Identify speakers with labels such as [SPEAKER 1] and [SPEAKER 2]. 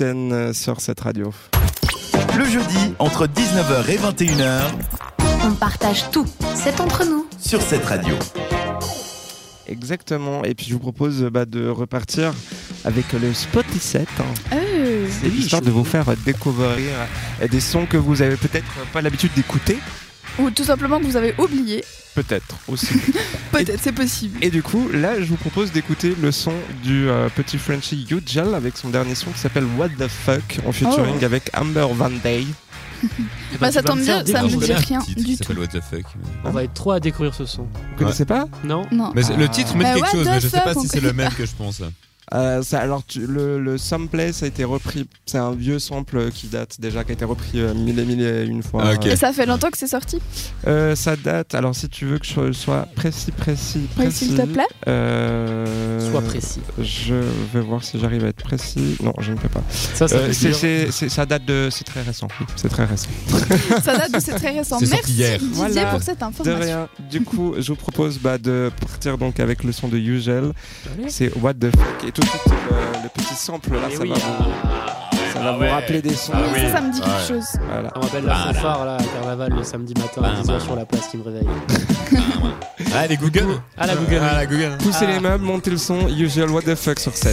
[SPEAKER 1] euh, sur cette radio.
[SPEAKER 2] Le jeudi, entre 19h et 21h,
[SPEAKER 3] On partage tout, c'est entre nous.
[SPEAKER 2] sur cette radio.
[SPEAKER 1] Exactement. Et puis je vous propose bah, de repartir avec le Spotify set. hein.
[SPEAKER 4] Euh,
[SPEAKER 1] C'est l'histoire de vous faire euh, découvrir euh, des sons que vous avez peut-être euh, pas l'habitude d'écouter.
[SPEAKER 4] ou tout simplement que vous avez oublié.
[SPEAKER 1] Peut-être aussi.
[SPEAKER 4] Peut-être, c'est possible.
[SPEAKER 1] Et du coup, là, je vous propose d'écouter le son du euh, petit Frenchie Ujal avec son dernier son qui s'appelle What the Fuck en featuring avec Amber Van Day.
[SPEAKER 5] Eh ben,
[SPEAKER 4] Bah, ça tombe bien, ça me
[SPEAKER 5] découvrir
[SPEAKER 4] dit
[SPEAKER 5] un
[SPEAKER 4] rien
[SPEAKER 6] titre
[SPEAKER 4] du
[SPEAKER 6] qui
[SPEAKER 4] tout.
[SPEAKER 6] s'appelle What the fuck.
[SPEAKER 5] On va être trois à découvrir ce son.
[SPEAKER 1] Vous connaissez pas
[SPEAKER 5] Non
[SPEAKER 4] Non.
[SPEAKER 6] Mais c'est- le
[SPEAKER 1] Ah.
[SPEAKER 6] titre met
[SPEAKER 4] Bah,
[SPEAKER 6] quelque
[SPEAKER 4] what
[SPEAKER 6] chose,
[SPEAKER 4] the
[SPEAKER 6] mais je sais pas
[SPEAKER 4] fuck,
[SPEAKER 6] si
[SPEAKER 4] on
[SPEAKER 6] c'est le
[SPEAKER 4] connaît
[SPEAKER 6] même
[SPEAKER 4] pas.
[SPEAKER 6] que je pense. là.
[SPEAKER 1] Euh, ça, alors tu- le, le sample ça a été repris, c'est un vieux sample euh, qui date déjà, qui a été repris euh, mille et mille et une fois.
[SPEAKER 6] Ah, ok.
[SPEAKER 4] Et ça fait longtemps que c'est sorti,
[SPEAKER 1] Euh, ça date, alors si tu veux que je sois précis, précis,
[SPEAKER 4] Ouais,
[SPEAKER 1] précis.
[SPEAKER 4] s'il te plaît.
[SPEAKER 1] euh,
[SPEAKER 5] Sois précis.
[SPEAKER 1] Je vais voir si j'arrive à être précis. Non, je ne peux pas.
[SPEAKER 5] Ça, ça
[SPEAKER 1] Euh,
[SPEAKER 5] fait
[SPEAKER 1] c'est-
[SPEAKER 5] dur.
[SPEAKER 1] c'est- c'est- ça date de. C'est très récent. C'est très récent.
[SPEAKER 4] Ça date de c'est très récent.
[SPEAKER 6] C'est
[SPEAKER 4] Merci
[SPEAKER 6] sorti hier.
[SPEAKER 4] Didier
[SPEAKER 1] Voilà.
[SPEAKER 4] pour cette
[SPEAKER 1] De
[SPEAKER 4] information.
[SPEAKER 1] rien. Du coup, je vous propose bah, de partir donc avec le son de Usual.
[SPEAKER 5] Allez.
[SPEAKER 1] C'est What the fuck. Et tout de suite, euh, le, le petit sample là,
[SPEAKER 5] Eh
[SPEAKER 1] ça,
[SPEAKER 5] oui.
[SPEAKER 1] va vous, ça va
[SPEAKER 6] Ah
[SPEAKER 1] vous
[SPEAKER 6] ouais.
[SPEAKER 1] rappeler des sons.
[SPEAKER 6] Ah
[SPEAKER 4] Oui,
[SPEAKER 6] oui.
[SPEAKER 4] Ça, ça me dit quelque
[SPEAKER 6] Ouais.
[SPEAKER 4] chose.
[SPEAKER 1] Voilà.
[SPEAKER 5] On rappelle la fanfare là, à Carnaval le samedi matin
[SPEAKER 6] Bah,
[SPEAKER 5] à 10h
[SPEAKER 6] bah.
[SPEAKER 5] sur la place qui me réveille.
[SPEAKER 6] Ah, les Google
[SPEAKER 5] Ah la Google.
[SPEAKER 6] Ah, la Google
[SPEAKER 1] Poussez
[SPEAKER 5] Ah.
[SPEAKER 1] les meubles, montez le son. Usual What the fuck sur scène.